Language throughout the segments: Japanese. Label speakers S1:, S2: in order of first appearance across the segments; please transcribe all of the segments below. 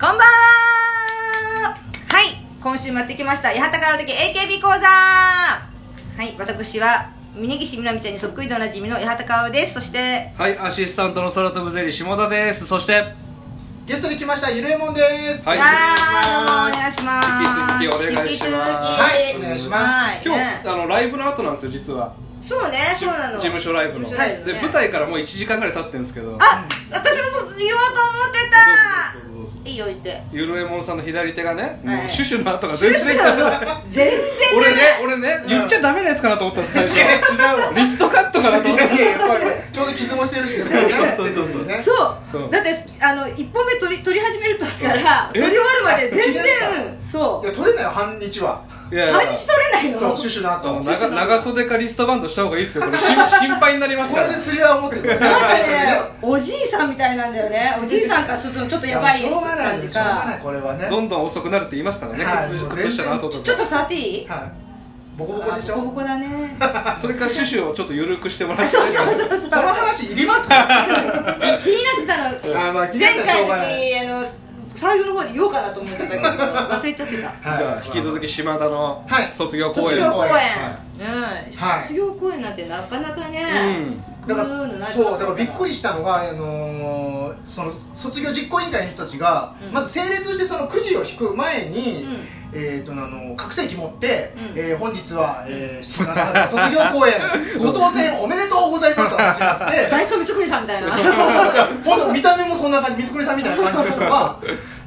S1: こんばんははい今週もやってきました八幡からの時 AKB 講座はい私は峯岸みなみちゃんにそっくりでおなじみの八幡薫ですそして
S2: はい、アシスタントの空飛ぶゼリー下田です。そして、引
S3: ゲストに来ましたゆるえもんです。
S2: はい
S1: わーどうもお願いします
S2: 引き続きお願いします
S3: はいお願いします
S1: はい
S2: 今日、
S1: ね
S2: あのライブの後なんですよ、実は。
S1: そうねそうなの
S2: 事務所ライブの。
S1: 事務所ライブね
S2: で、舞台からもう1時間ぐらい経ってるんですけど。
S1: あ私もそう言おうと思って
S2: どうぞどうぞどうぞ
S1: たいいよ言って
S2: ゆるえもんさんの左手がね、
S1: は
S2: も
S1: いう
S2: シュシュの跡が全然。
S1: 全然
S2: 俺ね、俺ね、言っちゃダメなやつかなと思ったんです、最
S3: いや違
S2: 初。
S3: うわ。
S2: リストカットかなと思った。
S3: いやいやこれこれちょうど傷もしてるし。
S2: そうそうそうそう
S3: ね
S1: そう、
S2: うん
S1: だってあの1本目撮り撮り始める時から撮
S2: え
S1: り終わるまで全然
S3: いきなり
S1: そ
S3: いうや取れないよ半日は。
S2: いやいや
S1: 毎日撮れないの
S3: そうシュシュの
S2: あの
S3: 後。
S2: 長長袖かリストバンドした方がいいですよ、こ れ心心配になります
S3: こ
S2: から
S3: れで。釣りは思ってる。
S1: なん
S3: 最初に
S1: かねおじいさんみたいなんだよねおじいさんからするとちょっとやばい
S3: しょうがない
S1: 感
S3: よ
S1: じ
S3: しょうがない
S1: か
S3: これはね。
S2: どんどん遅くなるって言いますからね、
S3: はい
S2: 靴靴下の跡と
S1: ちょっ
S2: か。
S1: と触っていい
S3: はい。ボコボコでしょ。
S1: あボコボ
S3: こ
S1: コだ ね
S2: それからシュシュをちょっと緩くしてもら
S1: あ
S2: って。
S1: そうそうそうそう
S3: の話いり ます。
S1: 気になってたの
S3: あまあ気になっ
S1: 前
S3: てたらしょうがない
S1: 回の時あの最後の方で言おうかなと思ってたけ ど忘れちゃってた
S3: はい
S2: じゃあ引き続き島田の
S3: はい
S2: 卒業公
S1: 卒
S2: 演、
S1: 業公演、
S2: は
S1: うん
S3: はい
S1: 卒業公演なんてなかなかね、
S3: うんだか
S1: こういうのな
S3: ら
S1: い
S3: そうだからびっくりしたのが、あのーその卒業実行委員会の人たちが、
S1: うん
S3: まず整列してそのくじを引く前に、
S1: うん
S3: えー、とあの拡声器持って、
S1: うん
S3: えー本日は、えー、島田の卒業 公演ご当選おめでとうございますと始まって
S1: ダイソー三つさんみたいな
S3: そうそうそうほんと見た目もそんな感じ光圀さんみたいな感じの人が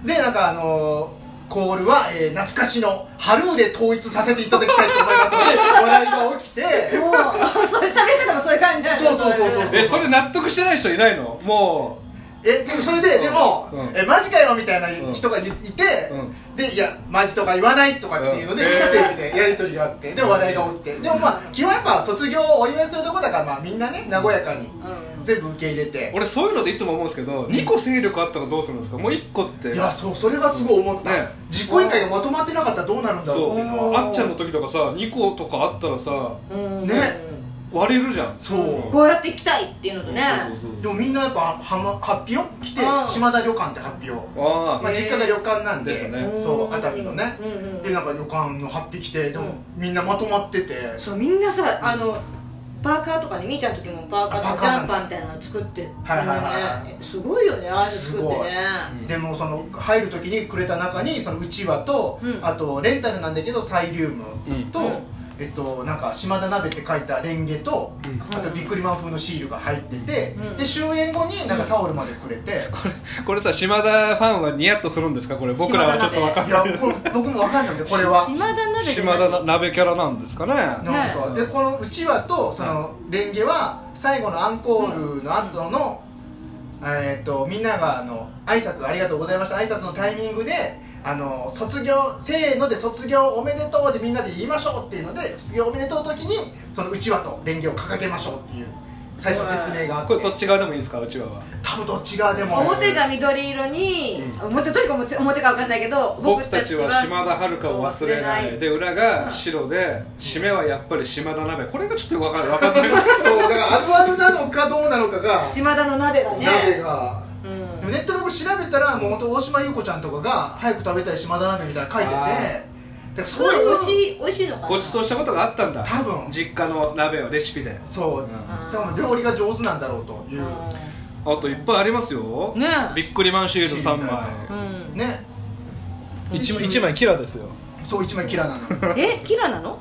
S3: でなんかあ のーコールは、えー懐かしの春で統一させていただきたいと思いますので笑いが起きて
S1: もうそういう喋り方もそういう感じなんだ
S3: そうそうそうそう
S2: えそれ納得してない人いないのも
S3: えでもそれで、
S2: うん
S3: でも、
S2: うん
S3: えマジかよみたいな人がいいて、
S2: うん
S3: でいやマジとか言わないとかっていうので、
S2: うん
S3: 不正みたいなやり取りがあってで笑いが起きてでもまあ基本やっぱ卒業をお祝いするとこだから、まあ、みんなね和やかに
S1: うん
S3: 全部受け入れ
S2: う
S3: て、
S2: 俺そういうのでいつも思うんですけど2個勢力あったらどうするんですかもう1個って
S3: いやそうそれはすごい思った、
S2: ね
S3: 実行委員会がまとまってなかったらどうなるんだろうっていうの
S2: そう
S3: は
S2: あっちゃんの時とかさ2個とかあったらさ
S1: うん
S3: ね
S2: 割れるじゃん
S3: そう
S1: こうやって行きたいっていうのとね
S2: そうそう
S3: で
S2: そう
S3: もみんなやっぱはは発表来て
S1: うん
S3: 島田旅館って発表
S2: あ
S3: まあ、
S1: へー
S3: 実家が旅館なんで
S2: ですよね
S3: そう熱海のね、
S1: うんうんうん
S3: でなんか旅館のハッピー来てでも、
S1: う
S3: みんなまとまってて
S1: そうみんなさあのパーカーとかねみーちゃんの時もパーカー
S3: あ
S1: と
S3: パー
S1: ジ
S3: カー
S1: ャンパーみたいなの作って
S3: はいはいはい
S1: ねすごいよねああいうの作ってね
S2: うん
S3: でもその入る時にくれた中にそのうちわと、
S1: うん
S3: あとレンタルなんだけどサイリウムと、
S1: うん
S3: えっとなんか島田鍋って書いたレンゲと、
S2: うん
S3: あとビックリマン風のシールが入ってて、
S1: うん
S3: で終演後になんかタオルまでくれて、
S2: これさ島田ファンはニヤッとするんですかこれ僕らはちょっとわかん
S3: い
S2: な
S3: や
S2: い
S3: これ僕も分かんないんでこれは
S1: 島田鍋じゃな
S2: 島
S1: い
S2: 田な鍋キャラなんですかね
S3: なんか、
S2: ね
S3: でこのうちわとそのレンゲは最後のアンコールの後の、えーっとみんながあの挨拶ありがとうございました挨拶のタイミングであの卒業せーので卒業おめでとうでみんなで言いましょうっていうので卒業おめでとうの時にそのうちわとレンゲを掲げましょうっていう最初説明があっ
S2: こ
S3: て
S2: れどっち側でもいいんですかうちわは
S3: 多分どっち側でも
S1: 表が緑色に、表どれかも表かわかんないけど
S2: 僕たちは島田遥を忘れないで裏が白で締めはやっぱり島田鍋これがちょっと分かんない分かん ない
S3: そうだからあるあるなのかどうなのかが
S1: 島田の鍋がね
S3: 鍋が。
S1: うん
S3: でもネットで僕調べたらもう本当大島優子ちゃんとかが早く食べたい島田鍋みたいなの書いてて
S2: あ
S3: だ
S2: ー
S3: から
S1: す
S3: そ
S1: ごい
S3: うい
S1: 美
S3: う
S1: 味しい美味しいのかな
S2: ごちそうしたことがあったんだ
S3: 多分
S2: 実家の鍋をレシピで
S3: そう、
S2: うん
S3: 多分料理が上手なんだろうという、
S2: あといっぱいありますよ
S1: ね
S2: びっくりマンシール3
S1: う
S2: 枚
S1: ん
S3: ね
S2: 一枚一枚キラですよ
S3: そう一枚キ ラなの
S1: えキラなの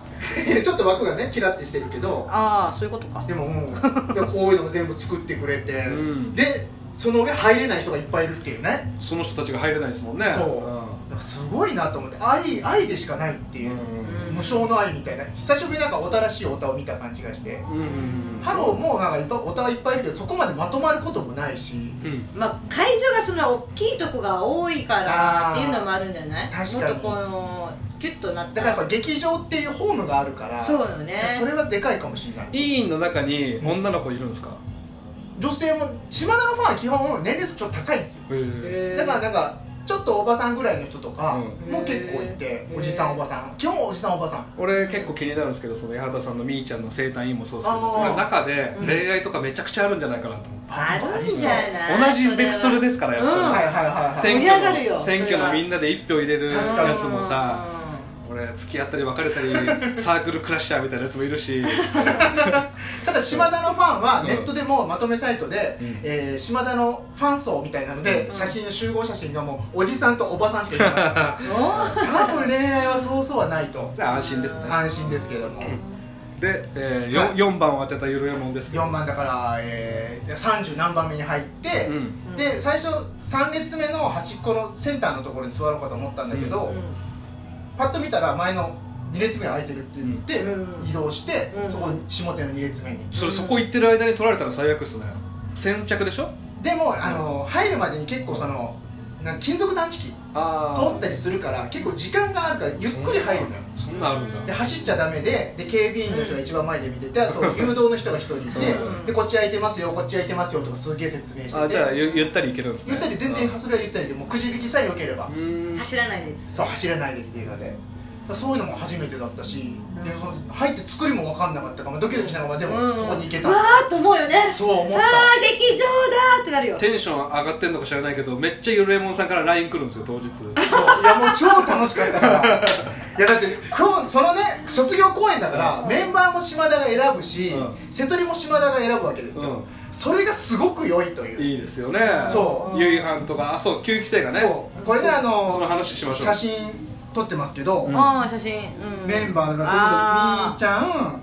S3: ちょっと枠がねキラってしてるけど
S1: ああそういうことか
S3: でももういやこういうのも全部作ってくれて、
S2: うん
S3: でその上入れない人がいっぱいいるっていうね
S2: その人たちが入れないですもんね
S3: そう、だからすごいなと思って愛愛でしかないって
S2: う
S3: いう、
S1: ん
S3: 無償の愛みたいな久しぶりになんかおたらしいおたを見た感じがして
S2: うんうん
S3: ハローもなんかいっぱいお互いいっぱいいるけどそこまでまとまることもないし
S2: うん
S1: まあ、会場がそんな大きいとこが多いからっていうのもあるんじゃない
S3: あー確かに
S1: もっとこのキュッとなった
S3: だからやっぱ劇場っていうホームがあるから
S1: そうよね
S3: それはでかいかもしれない
S2: 委員の中に女の子いるんですか
S3: 女性も島田のファンは基本年齢層ちょっと高いんですよ
S2: へえ
S3: だからなんかちょっとおばさんぐらいの人とか
S2: うん
S3: も結構いて、
S1: へー
S3: おじさんおばさん基本おじさんおばさん
S2: 俺結構気になるんですけどその八幡さんのみーちゃんの生誕院もそうですけど
S3: あー
S2: 俺中で
S1: うん
S2: 恋愛とかめちゃくちゃあるんじゃないかなと思って、
S1: あるんじゃない
S2: 同じベクトルですからやっぱり、
S1: うん
S3: はいはいはいはい
S1: せん盛
S2: 選
S1: り上がる
S2: 挙
S1: よ
S2: の選
S1: そ
S2: 挙
S1: れは
S2: のみんなで一票入れるや
S3: 確かに
S2: つもさ俺付き合ったり別れたりサークルクラッシャーみたいなやつもいるし
S3: ただ島田のファンは
S2: うん
S3: ネットでもまとめサイトで、
S2: うん
S3: えー島田のファン層みたいなの
S1: う
S3: で
S1: ん
S3: 写真の集合写真がもうおじさんとおばさんしかいなかった
S1: おー
S3: 多分恋愛はそうそうはないと
S2: じゃあ安心ですね
S3: 安心ですけども
S2: で、え
S3: は
S2: 4,
S3: い
S2: 番を当てたゆるやもんですけど
S3: 4番だから、えー、30何番目に入って、
S2: うん
S3: で最初3列目の端っこのセンターのところに座ろうかと思ったんだけど、パッと見たら前の2列目が空いてるって言って、
S1: うん
S3: 移動して、
S1: うん
S3: そこ下手の2列目に
S2: それそこ行ってる間に取られたら最悪っすね先着でしょ
S3: でもあの入るまでに結構そのなんか金属探知機
S2: あ
S3: 通ったりするから結構時間があるからゆっくり入るのよ
S2: そんなんあるん
S3: で
S2: だ
S3: 走っちゃダメでで警備員の人が一番前で見ててあと誘導の人が一人いて
S2: うん
S3: でこっち空いてますよこっち空いてますよとかすげえ説明してて
S2: あじゃあゆゆったり行けるんですね
S3: ゆったり全然それはゆったりでもうくじ引きさえ良ければ
S2: うーん
S1: 走らないです
S3: そう走れないですっていうのでそういうのも初めてだったしでその入って作りも分かんなかったからドキドキしながらで
S1: う
S3: も
S1: ん
S3: そこに行け
S1: わ
S3: た
S1: ーっと思うよね
S3: そう思
S1: あ
S3: っ
S1: ー
S3: た
S1: 劇場だーってなるよ
S2: テンション上がってんのか知らないけどめっちゃゆるえもんさんから LINE 来るんですよ 当日
S3: そういやもう超楽しかったから いやだって今日そのね卒業公演だから、
S1: うん
S3: メンバーも島田が選ぶし、
S2: うん
S3: 瀬戸利も島田が選ぶわけですよ、
S2: うん
S3: それがすごく良いという
S2: いいですよね
S3: そう
S2: 夕飯とかあそう旧期生がね
S3: そうこれであの
S2: その話しましょう
S3: 写真撮ってますけど、
S2: うん
S1: ああ写真、うん
S3: メンバーがそれこそみーちゃん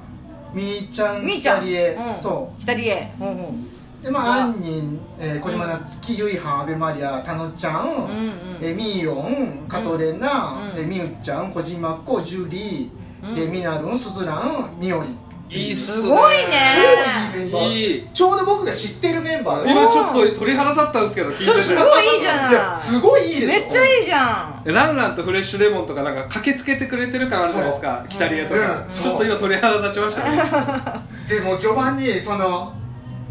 S3: みーちゃん
S1: みーちゃん
S3: ひかりえ
S1: うん
S3: そ
S1: 左へうんうん
S3: うでまあ
S1: うわ
S3: 杏仁、えー小島夏樹ゆいはん阿部マリアたのちゃん、
S1: うんうん
S3: えーみーよん加藤玲奈、
S1: うん
S3: えーみゆちゃん小島っ子ジュリー、
S1: うん
S3: でみなるんすずらんみおり
S2: いいっす
S1: す
S2: ね
S1: ごい
S3: 超
S1: ね
S3: いいメンバー
S2: いい
S3: ちょうど僕が知ってるメンバー
S2: 今ちょっと鳥肌だったんですけど聞いてて
S1: すごいいいじゃ ない
S3: いやすごいいいでしょ
S1: めっちゃいいじゃん
S2: ランランとフレッシュレモンとかなんか駆けつけてくれてる感あるじゃないですか
S1: そう
S2: キタリエとか、
S3: うん
S2: ちょっと今鳥肌立ちま したね
S3: でも序盤にその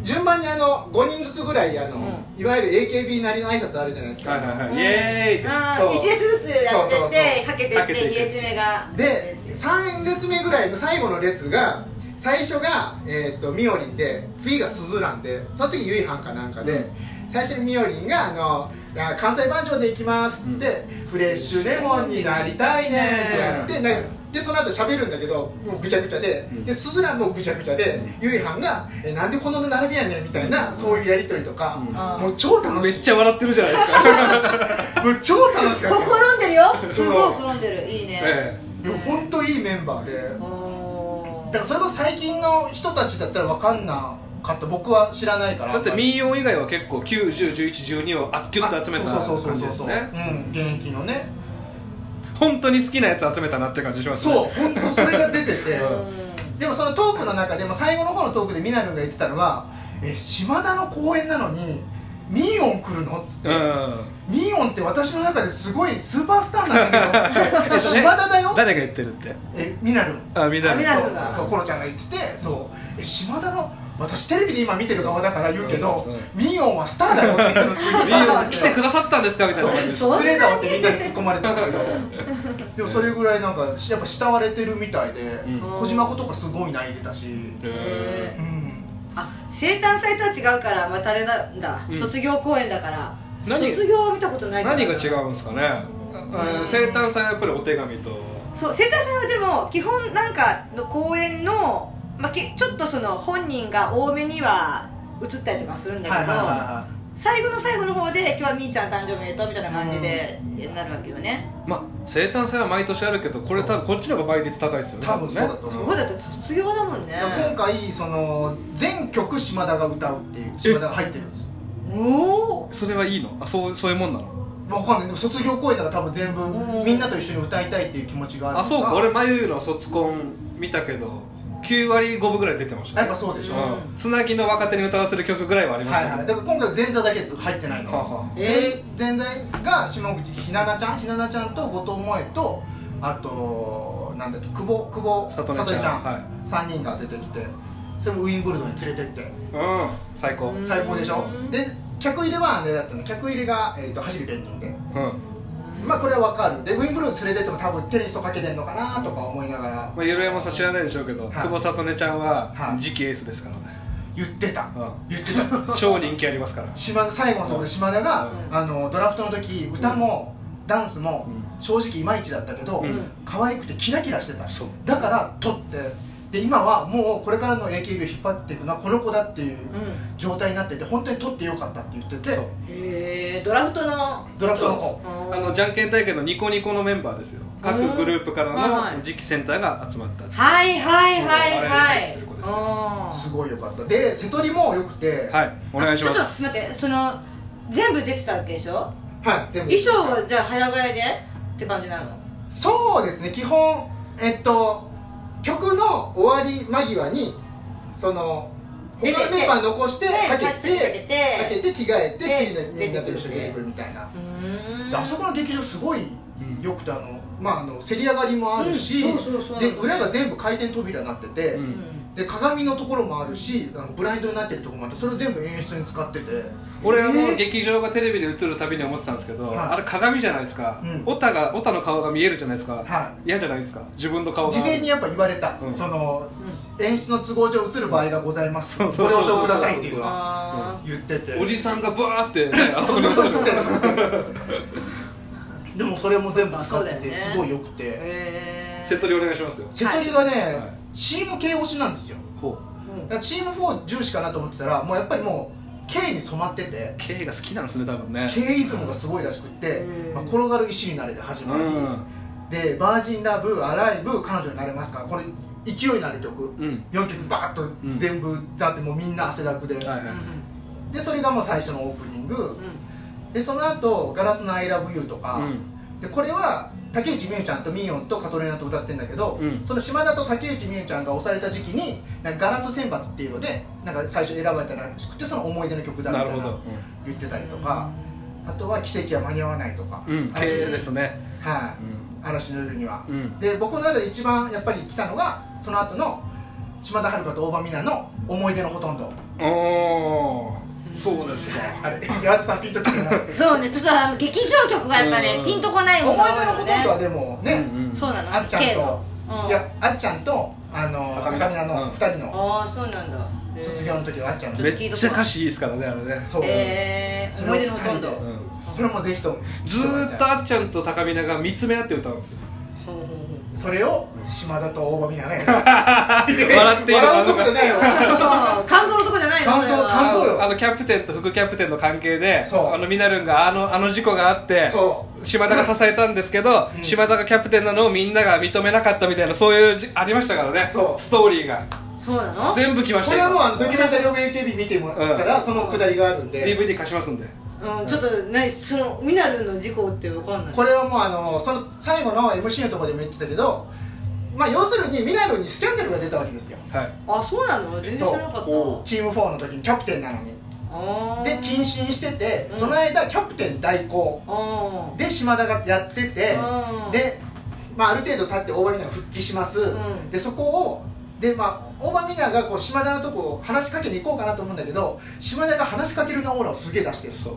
S3: 順番にあの5人ずつぐらいあの、いわゆる AKB なりの挨拶あるじゃないですか、
S2: はいはいはい、
S1: うん
S2: イエーイって
S1: あ
S3: そう
S1: ー一列ずつやっちゃって
S3: そ
S1: はけて
S2: は
S1: っ
S2: け
S1: て
S2: てい
S1: 2
S2: く
S1: 列目が
S3: で3列目ぐらいの最後の列が最初が、えー、とみおりんで次がすずらんでその次ゆいはんかなんかで、
S2: うん
S3: 最初にみおりんがあのあ「関西バージョンでいきます」って、フレッシュレモンになりたいね」ってやって、
S2: うん
S3: なんかでその後喋るんだけどもうぐちゃぐちゃで,、
S2: うん
S3: でスズランもぐちゃぐちゃで、ゆいはんが「えなんでこの並びやねん」みたいな、そういうやり取りとか、
S2: うん
S3: もう超楽
S2: め
S3: し
S2: っちゃ笑ってるじゃないですか、
S3: いもう超楽しかっ
S1: ほ
S3: た
S1: ころんでるよ
S3: う
S1: すごい転んでるいいね、
S2: え
S3: でも本当いいメンバーで。
S1: おー
S3: だからそれこそ最近の人たちだったら分かんなかった僕は知らないか
S2: え
S3: ら
S2: だってミーヨン以外は結構9101112をあっギュッと集めた
S3: あそうそう
S2: 感
S3: そう
S2: じ
S3: そう
S2: です
S3: そう、
S2: ね
S3: うん、現役のね
S2: 本当に好きなやつ集めたなって感じしますね
S3: そう本当それが出てて
S2: う
S3: でもそのトークの中でも最後の方のトークでみなるんが言ってたのは「え島田の公園なのにミーオン来るの?」っつって
S2: うん、
S3: 「ミーオンって私の中ですごいスーパースターなんだけど」 って「え島田だよ」
S2: 誰が言ってるって
S3: えみなるん
S2: あみんな
S1: あみんな
S2: そ
S1: の
S2: う
S1: が
S3: そうコロちゃんが言っててそうえ島田の私テレビで今見てる側だから言うけど、
S2: うんうん
S3: ミーオンはスターだよっていうのす ごい
S2: ミーヨン来てくださったんですかみたいな感じです
S1: そう
S3: 失礼だわってみんなに突っ込まれたんだけど でもそれぐらいなんかしやっぱ慕われてるみたいで、
S2: うん
S3: 小島子とかすごい泣いてたし、
S2: え
S3: うん、
S1: あ生誕祭とは違うからまたあれなんだ、
S2: うん
S1: 卒業公演だから
S2: 何
S1: 卒業を見たことないから
S2: 何が違うんですかね、えー生誕祭はやっぱりお手紙と
S1: そう生誕祭はでも基本なんかの公演の、まあ、けちょっとその本人が多めには映ったりとかするんだけ
S3: はいはい
S1: ど、
S3: はいは
S1: 最後の最後の方で今日はみーちゃん誕生日おめでとうみたいな感じでなるわけよね、
S2: まあ生誕祭は毎年あるけどこれ多分こっちの方が倍率高いですよね
S3: 多分そうだと
S1: そ
S3: 思
S1: こだって卒業だもん
S3: い
S1: ね
S3: だから今回その全曲島田が歌うっていう島田が入ってるんですよ
S1: おお
S2: それはいいのあそうそういうもんなの
S3: わかんないでも卒業公演だから多分全部
S1: うん
S3: みんなと一緒に歌いたいっていう気持ちがある
S2: あそうか
S3: これ
S2: 俺眉の卒コン見たけど9割5分ぐらい出てました
S3: やっ
S2: ね
S3: ぱそうでしょ、
S1: うん
S2: うんつなぎの若手に歌わせる曲ぐらいはありまし
S3: はい
S2: た
S3: はい、
S2: ね
S3: だから今回前座だけです入ってないの、
S2: はあはあ
S3: で前座が下口ひななちゃんひななちゃんと後藤萌とあとなんだっけ久保久保
S2: さとねちゃんはい
S3: 3人が出てきてそれもウィンブルドンに連れてって
S2: うん最高
S1: うん
S3: 最高でしょ
S1: うん
S3: で客入れはあれだったの客入れが、えー、と走る現金で
S2: うん
S3: まあこれはわかるでウィンブルドン連れてっても多分テニスとかけてんのかなとか思いながら
S2: まあ、ゆるやまさん知らないでしょうけど、
S3: はい
S2: 久保聡音ちゃんは
S3: はい
S2: 次期エースですからね、
S3: 言ってた
S2: う
S3: 言ってた
S2: ん、超人気ありますから
S3: 島田最後のところで島田が、
S1: うん
S3: あのドラフトの時歌も、ダンスも
S2: うん
S3: 正直いまいちだったけど、
S2: うん
S3: 可愛くてキラキラしてた
S2: そう
S3: だから取ってで今はもうこれからの AKB を引っ張っていくのはこの子だっていう
S1: うん
S3: 状態になってて本当に取ってよかったって言ってて
S2: そう
S1: へえドラフトの
S3: ドラフトの方
S1: うん
S2: あのじゃんけん大会のニコニコのメンバーですよ各グループか
S1: うんは
S2: ら
S1: い
S2: の次期センターが集まった、
S1: はいはいはいは
S2: あれ入っ
S1: い
S2: てる子です
S1: うん
S3: すごいよかったで瀬戸利もよくてはい、
S2: はいお願いしま
S1: あち
S2: す
S1: ょっと待ってその全部出てたわけでしょ
S3: 全部
S1: 衣装はじゃあ早替えでって感じなの
S3: そうですね基本えっと曲の終わり間際にその
S1: 出
S3: 他
S1: て
S3: のメンバー残して
S1: で
S3: かけ
S1: かけて
S3: てかけて着替えて次
S1: で
S3: のみんなと一緒に出てくるみたいな
S1: うーん
S3: であそこの劇場すごい
S2: うん
S3: よくてあのまああのせり上がりもあるし、
S1: うんそうそうそう
S3: で裏が全部回転扉になってて、
S2: うん
S3: で鏡のところもあるしあのブラインドになってるところもあってそれを全部演出に使ってて
S2: 俺あ
S3: え
S2: の
S3: ー
S2: 劇場がテレビで映るたびに思ってたんですけど、
S3: はい
S2: あれ鏡じゃないですか、
S3: うん
S2: オタがオタの顔が見えるじゃないですか、
S3: は
S2: 嫌じゃないですか自分の顔が
S3: 事前にやっぱ言われた、
S2: うん
S3: その演出の都合上映る場合がございます、
S2: そうそ
S3: ご
S2: うそう
S3: 了
S2: そう
S3: 承くださいっていうのは
S1: あ
S3: 言ってて
S2: おじさんがバーって、 ね、あそこに映る
S3: でもそれも全部使ってて
S1: あそうだよね
S3: すごいよく
S1: ー
S3: て
S1: へえ
S2: セットリお願いしますよ
S3: 瀬戸利がね、
S2: はい
S3: チーム系推しなんですよ
S2: ほう
S1: うん
S3: だからチーム4重視かなと思ってたらもうやっぱりもう K に染まってて
S2: K が好きなんですね多分ね
S3: K イズムがすごいらしくって
S1: う、ん
S3: まあ、転がる石になれで始
S2: う
S3: まり、
S2: ん
S3: で「バージンラブ」「アライブ」「彼女になれますか」これ勢いのある曲
S2: うん
S3: 4曲バーッと
S2: ん
S3: 全部ダンスもうみんな汗だくで、
S2: はいはい、
S3: でそれがもう最初のオープニング
S1: うん
S3: でその後ガラスの「アイラブユーとか、
S2: うん
S3: でこれは竹内美優ちゃんとみーよんとカトレーナと歌ってんだけど、
S2: うん
S3: その島田と竹内美優ちゃんが押された時期になんかガラス選抜っていうのでなんか最初選ばれたらしくてその思い出の曲だみ
S2: な
S3: たい
S2: る
S3: な
S2: ほど、
S3: 言ってたりとかあとは「奇跡は間に合わない」とか、
S2: うんうん、
S3: 嵐
S2: K ですね
S3: は
S2: うん
S3: い嵐の夜には、
S2: うん
S3: で僕の中で一番やっぱり来たのがその後の島田遥と大場美奈の「思い出のほとんど」
S2: おーそうですか
S3: あれ八幡さんピンときてない 思い
S1: そうねちょっとあの劇場曲がやっぱ
S2: う
S1: ね
S2: ん
S1: ピンとこない
S3: 出
S1: も
S3: の
S1: のが
S3: ほとんどはでもね、
S2: うんうん
S1: そうなの
S3: あっちゃん
S1: け
S3: と
S1: ど、うん
S3: 違うあっちゃんとあの
S2: 高
S3: 高
S2: 見
S3: 見菜
S2: うん
S3: の2人の
S1: ああそうなんだへー
S3: 卒業の時のあっちゃんの
S2: めっちゃ歌詞いいですからねあれね
S3: そう、
S1: へえ
S3: それ
S1: 思
S3: を
S1: い
S3: 二
S1: 出
S3: 人
S1: の
S3: で
S1: ほとんど
S2: うん
S3: それもぜひとも
S2: ずーっとあっちゃんと高見菜が見つめ合って歌うんですよ
S1: ほうほうほう
S3: それを島田と大場美奈が
S2: 笑っている
S3: 笑うとこじゃないよ
S1: 感動のとこじゃないの
S3: 感動
S1: それは
S3: 感動よ
S2: あのキャプテンと副キャプテンの関係で
S3: そう
S2: あのミナルンがあのあの事故があって
S3: そ
S2: 島田が支えたんですけど、
S3: うん
S2: 島田がキャプテンなのをみんなが認めなかったみたいなそういうじありましたからね
S3: そう
S2: ストーリーが
S1: そうなの
S2: 全部来まし
S3: こ
S2: た
S3: れ
S2: よ
S3: はもうあのドキュメンタリーオブ AKB 見てもらったら、
S2: うん
S3: そのくだりがあるんで、
S2: DVD 貸しますんで
S1: うん、ちょっと何そのミナルの事故ってわかんない
S3: これはもうあのその最後の MC のところでも言ってたけどまあ要するにミナルにスキャンダルが出たわけですよ
S2: はい
S1: あそうなの全然知らなかった
S2: そう
S3: チーム4の時にキャプテンなのに
S1: あー
S3: で謹慎してて
S1: うん
S3: その間キャプテン代行
S1: あー
S3: で島田がやってて
S1: うん
S3: で、まあ、ある程度経って大場美奈が復帰します、
S1: ん
S3: でそこをで、まあ、大場美奈がこう島田のとこを話しかけに行こうかなと思うんだけど島田が話しかけるなオーラをすげえ出してる
S2: そう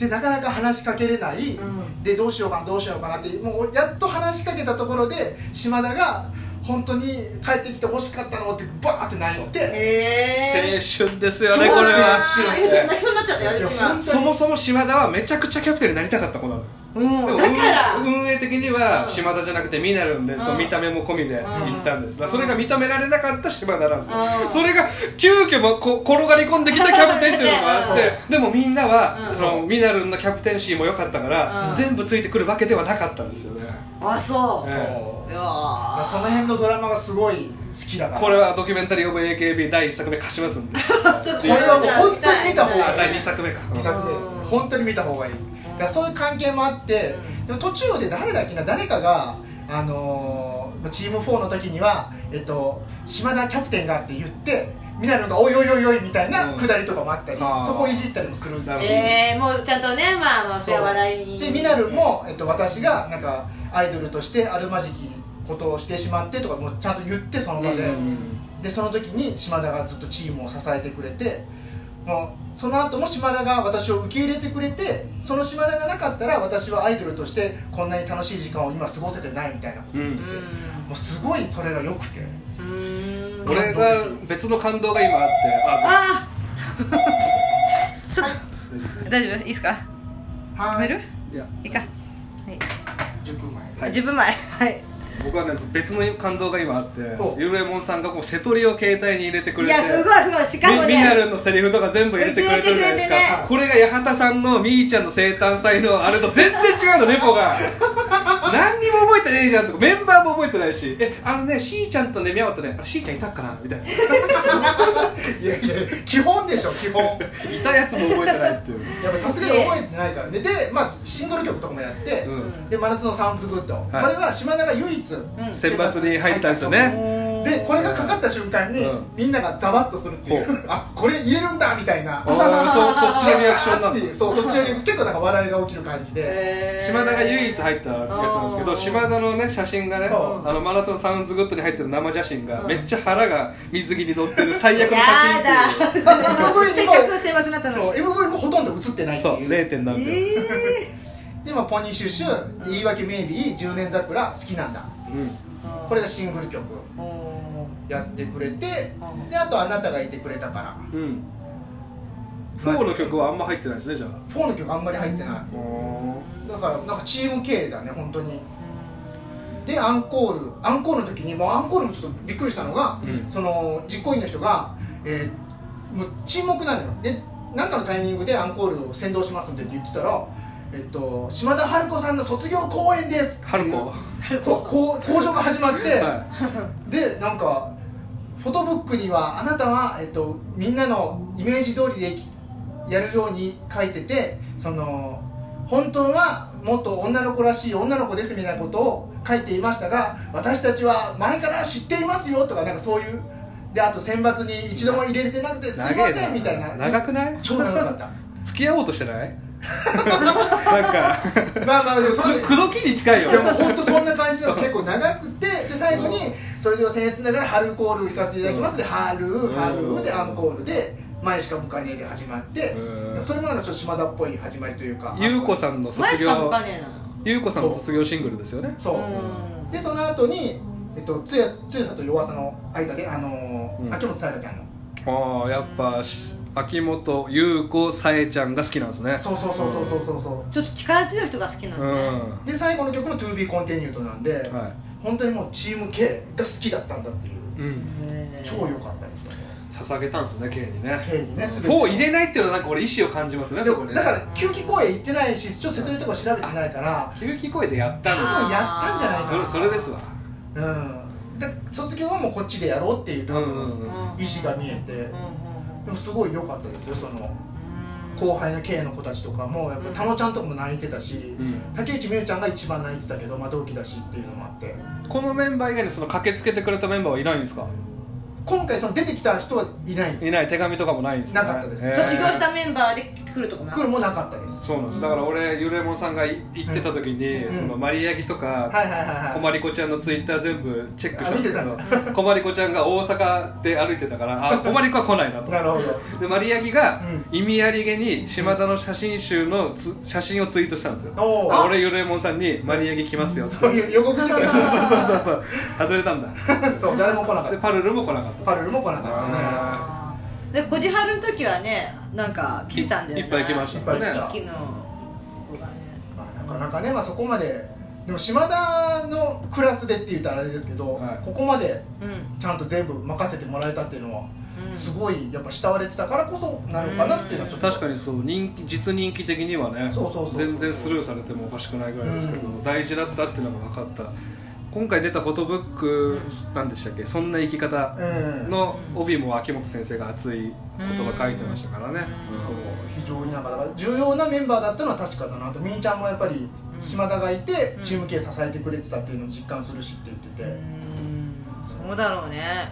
S3: でなかなか話しかけれない、
S1: うん
S3: でどうしようかなどうしようかなってもうやっと話しかけたところで島田が本当に帰ってきて欲しかったのってバーって泣い
S1: へ
S3: て
S1: え
S2: 青春ですよね
S3: 超
S2: これは
S3: 青春
S1: 今ちょっと泣きそうになっちゃったよ
S3: いや
S1: 私今
S3: 本
S2: そもそも島田はめちゃくちゃキャプテンになりたかった子なのよで
S1: う
S2: も
S1: んだから
S2: 運運営的に
S1: う
S2: は
S1: ん
S2: 島田じゃなくてミナルンで、
S1: うん
S2: その見た目も込みで行ったんです、だからそれが認められなかった島田なんですよ、
S1: うん
S2: それが急遽もこ転がり込んできたキャプテンっていうのがあって、でもみんなは、
S1: うん
S2: そのミナルンのキャプテンシーも良かったから、
S1: うん
S2: 全部ついてくるわけではなかったんですよね、
S1: あそう
S2: え
S3: もう
S1: いや
S3: まあその
S1: ー
S3: 辺のドラマがすごい好きだから
S2: これはドキュメンタリー・オブ・ AKB 第1作目貸しますんで
S1: ちょっと
S3: これはもう本当に見た方が
S2: あ第2作目か、
S3: 2
S2: うん
S3: 作目
S1: うん
S3: 本当に見た方がいいだからそういう関係もあって
S1: うん
S3: でも途中で誰だっけな誰かがあのーチーム4の時には、えっと、島田キャプテンがって言ってみんなのが「おいおいおいおい」みたいな
S2: うん
S3: くだりとかもあったり、
S2: あー
S3: そこをいじったりもするんだし、
S1: えー、もうちゃんとねまあまあそれは笑いに
S3: でミナルも、えっと、私がなんかアイドルとしてあるまじきことをしてしまってとかもちゃんと言ってその場で、
S2: うん
S3: でその時に島田がずっとチームを支えてくれてもうその後も島田が私を受け入れてくれてその島田がなかったら私はアイドルとしてこんなに楽しい時間を今過ごせてないみたいなこと言ってて、
S1: うん
S3: もうすごいそれが良くて
S1: うーん
S2: 俺が別の感動が今あってあ
S1: ああちょっと大丈夫いいですか止める
S2: いや
S1: いいか、はい
S3: 10分前
S2: はい
S1: 自分前はい
S2: 僕はね別の感動が今あって
S3: お
S2: ゆるえもんさんがこう瀬戸りを携帯に入れてく
S1: い
S2: れて
S1: やすごいすごいしかも
S2: み
S1: ね
S2: ミナルのセリフとか全部入れてくれてるじゃないですか、
S1: 入れてくれてね
S2: これが八幡さんのみーちゃんの生誕祭のあれと全然違 うのレポが何にも覚えてねえじゃんとかメンバーも覚えてないしえあのねしーちゃんとねみゃおとねあれしーちゃんいたっかな みたいない
S3: いやいや基本でしょ基本やった
S2: やつも覚えてないっていう、
S3: ぱさすがに覚えてないからねで、まあ、シングル曲とかもやって、
S2: うん
S3: で「真夏のサウンズグッド」これは島田が唯一、
S2: 選抜に入ったんですよね
S3: でこれがかかった瞬間に、
S2: うん
S3: みんながざわっとするっていう、
S2: ほう
S3: あこれ言えるんだみたいな
S2: おーそうそっちのリアクションな
S3: っ
S2: ん
S3: て
S2: だ
S3: いうそうそっちより結構なんか笑いが起きる感じで、
S2: 島田が唯一入ったやつなんですけど島田のね写真がね
S3: そう
S2: あのマラソンサウンズグッドに入ってる生写真がめっちゃ腹が水着に乗ってる最悪の写真ってい
S1: やだせっかく
S3: MV
S1: 選抜になった
S3: そ
S1: の
S3: う MV もほとんど映ってないうって
S2: そう
S3: いう
S2: 0. 点なん
S1: に
S2: で
S1: え
S3: でまあポニーシュッシュ」「言い訳メイビー」「10年桜」「好きなんだ
S2: うん」
S3: これがシングル曲
S1: ーお
S3: やってくれて
S1: うん
S3: であと「あなたがいてくれたから
S2: うんフォーの曲はあんま入ってないですねじゃ」
S3: フォーの曲あんまり入ってな
S2: あお
S3: いだからなんかチーム系だね本当にでアンコールアンコールの時にもうアンコールもちょっとびっくりしたのが、
S2: うん
S3: その実行委員の人が、えーもう沈黙なのよで何かのタイミングでアンコールを先導しますんでって言ってたらえっと、島田春子さんの卒業公演ですって
S2: 春
S3: いう
S2: 子
S3: そうこう交渉が始まって、
S2: は
S3: でなんかフォトブックにはあなたは、えっと、みんなのイメージ通りできやるように書いててその本当はもっと女の子らしい女の子ですみたいなことを書いていましたが私たちは前から知っていますよとかなんかそういうであと選抜に一度も入れてなくてすいま
S2: 長
S3: せんみたいな
S2: 長くない
S3: 超長かった
S2: 付き合おうとして ないなんか
S3: まあまあでもそれ
S2: く口説きに近いよ
S3: いやもう本当そんな感じなの結構長くてで最後にそれでは僭越ながら春コール行かせていただきますで春
S2: うん
S3: 春でアンコールで前しか向かねえで始まって
S2: うん
S3: それもなんかちょっと島田っぽい始まりというか
S2: ゆうこさんの卒業
S1: えなの
S2: ゆうこさんの卒業シングルですよね
S3: そう
S1: うん
S3: でその後にえっとつや強さと弱さの間であのー
S2: うん
S3: 秋元才加ちゃんの
S2: ああやっぱし秋元優子さえちゃんが好きなんですね
S3: そうそうそうそうそうそうそ
S1: ちょっと力強い人が好きな
S2: うん
S1: のね、
S3: うで最後の曲も TOBECONTINUED なんで
S2: は
S3: 本当にもうチーム系が好きだったんだっていう
S2: いうん
S1: へー
S3: 超良かったです
S2: 捧げたんですね K にね
S3: ケイにね全て
S2: フォー入れないっていうのはなんか俺意思を感じますね
S3: で
S2: そこ
S3: も
S2: にね
S3: だから休憩公演行ってないしちょっと説明とか調べてないから
S2: 休憩声でやった
S3: 多
S2: んだ
S3: 分やったんじゃないか
S2: それ
S3: な
S2: それですわ
S3: うんだから卒業はもうこっちでやろうっていう
S2: う
S3: 多
S2: んう
S3: 分、
S2: んうん
S1: うん
S3: 意思が見えて、
S1: うんうん
S3: でもすごい良かったですよその
S1: うん
S3: 後輩の K の子たちとかもやっぱ田野ちゃんとかも泣いてたし、
S2: うん
S3: 竹内美優ちゃんが一番泣いてたけど、まあ、同期だしっていうのもあって
S2: このメンバー以外にその駆けつけてくれたメンバーはいないんですか
S3: 今回その出てきた人はいないんです
S2: いない手紙とかもないんですね
S3: なかったです
S2: へー
S1: 卒業したメンバーで来るとこな
S3: 来るもなかったです
S2: そうなんですだから俺ゆるえもんさんがい行ってた時に、
S3: うん
S2: そのマリアギとか、
S3: はいはいはい
S2: こ
S3: は
S2: ま
S3: い
S2: りこちゃんのツイッター全部チェックしたんですけどこまりこちゃんが大阪で歩いてたから あこまりこは来ないなと
S3: なるほど
S2: でマリアギが
S3: う
S2: 意味ありげに島田の写真集のつ写真をツイートしたんですよ
S3: おー
S2: あ俺よれもんさんに「マリアギ来ますよ」って
S3: そういう予告してた
S2: そうそうそうそう外れたんだ
S3: そう誰も来なか
S2: で
S3: っ
S2: パルルも来なかったた
S3: パルルも来なかったね
S1: あーでこじはるの時はねなんか来てたんだよね
S2: いっぱい来ましたから
S3: いっぱい来
S2: ね
S3: た
S1: 一期の子がね
S3: まあ、なかなかね、まあ、そこまででも島田のクラスでって言ったらあれですけど、
S2: はい
S3: ここまで
S1: うん
S3: ちゃんと全部任せてもらえたっていうのは、
S1: うん
S3: すごいやっぱ慕われてたからこそなのかなっていうのはちょっと
S2: 確かにそう人気実人気的にはね
S3: そうそうそうそう
S2: 全然スルーされてもおかしくないぐらいですけど、
S3: う
S2: 大事だったっていうのが分かった今回出たフォトブックなんでしたっけ「そんな生き方
S3: うん」
S2: の帯も秋元先生が熱い言葉書いてましたからね、
S3: そう非常になんかだから重要なメンバーだったのは確かだなとみーちゃんもやっぱり島田がいて、
S1: うん
S3: チーム系支えてくれてたっていうのを実感するしって言って
S1: う
S3: て、
S1: ーんそうだろうね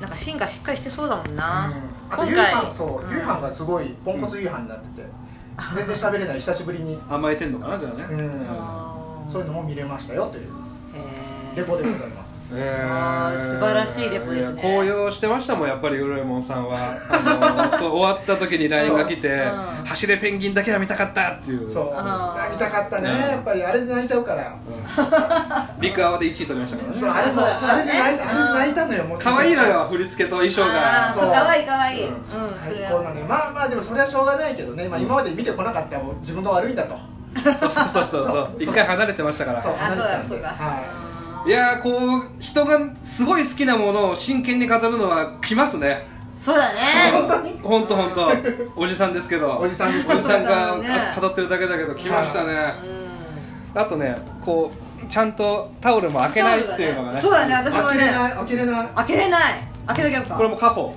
S1: なんか芯がしっかりしてそうだもんな、
S3: うんあと夕飯そう、
S1: うん
S3: 夕飯がすごいポンコツ夕飯になってて、 全然喋れない久しぶりに、
S2: 甘えてんのかなじゃあね、
S3: うん
S1: あー
S3: そういうのも見れましたよという
S1: へー
S3: レポでございます
S1: あー素晴らしいレポですね
S2: や高揚してましたもんやっぱりウルエモンさんはあ のそう終わった時に LINE が来て
S1: うん
S2: 「走れペンギンだけは見たかった」っていう
S3: そう
S1: あー
S3: 見たかったね
S2: うん
S3: やっぱりあれで泣いちゃうから
S2: うん陸青で1位取りましたからね
S3: そうあれ
S1: そうだ
S3: そうあれで泣いた
S1: そうだね
S3: あれ泣いたのよもう
S2: 可愛いのよ振り付けと衣装
S1: あー
S2: が
S1: そうかわいいかわいい、う
S2: うんん
S1: そ
S3: 最
S1: れ
S3: 高なのよまあまあでもそれはしょうがないけどね、まあ、今まで見てこなかったもう自分が悪いんだと
S2: そうそうそうそうそう一回離れてましたから
S1: あそうだそうだ、
S2: いやーこう人がすごい好きなものを真剣に語るのはきますね
S1: そうだ
S3: 本
S1: ね
S3: 当に
S2: 本当本当おじさんですけど
S3: おじさ んです
S2: おじさ
S1: お
S2: ん
S1: じさんね
S2: が語ってるだけだけど来ました
S1: う
S2: ね
S1: ん
S2: あとねこうちゃんとタオルも開けないっていうのがね
S1: そうだね私も
S3: 開けれ
S1: ね
S3: ない開けれない
S1: 開けれない開けなきゃよか
S2: これも家宝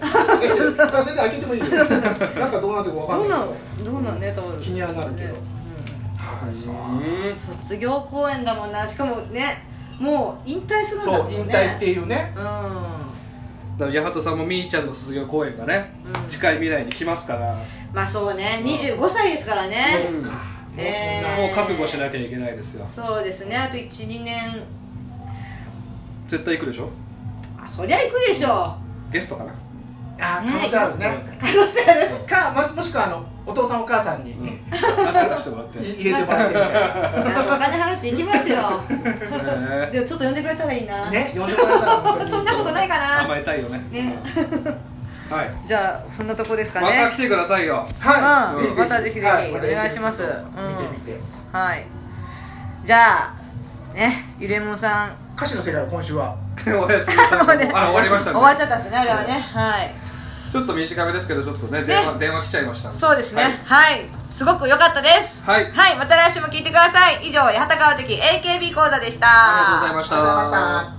S3: え 全然開けてもいいよなんかどうなってるかわか
S1: ど
S3: ん
S1: う
S3: な
S1: ない
S3: けど
S1: のどうなんねタオル
S3: 気にはなるけど
S2: うん
S1: 卒業公演だもんなしかもねもう引退するんだも
S3: そ
S1: ん
S3: う
S1: ね
S3: 引退っていうね
S1: うん
S2: だから八幡さんもみーちゃんの卒業公演がね、
S1: うん
S2: 近い未来に来ますから、
S1: まあそうね25歳ですから
S3: そ
S1: ね
S3: うか
S1: えー
S2: もう覚悟しなきゃいけないですよ
S1: そうですねあと12年
S2: 絶対行くでしょ
S1: あそりゃ行くでしょ
S2: ゲストかな
S3: あ可能性あるね
S1: 可能性ある
S3: かもしもしくはあのお父さんお母さんに
S2: うん会してもらって
S3: い入れてもらってみた
S1: あのお金払って行きますよ
S2: ね
S1: でもちょっと呼んでくれたらいいない
S3: ね呼んでもらえたら本当 に
S1: そんなことないかな
S2: 甘えたいよね
S1: ね
S2: うんはい
S1: じゃあそんなとこですか
S2: ま
S1: ね
S2: た来てくださいよ
S3: はい、
S1: うん
S3: ぜひぜひ
S1: またぜひぜひ
S3: は
S1: お願いします
S3: 見
S1: うん
S3: てみて、
S1: はいじゃあねゆれもんさん
S3: 歌詞の世界は今週は
S2: おやすみ なさい
S1: もうね
S2: あ終わりましたね
S1: 終わっちゃったんですねあれはねはい
S2: ちょっと短めですけどちょっとね電話電話来ちゃいましたん
S1: そうですねはい、すごく良かったです
S2: はい
S1: また来週も聞いてください以上八幡川的 AKB 講座でした
S2: ありがとうございました
S3: ありがとうございました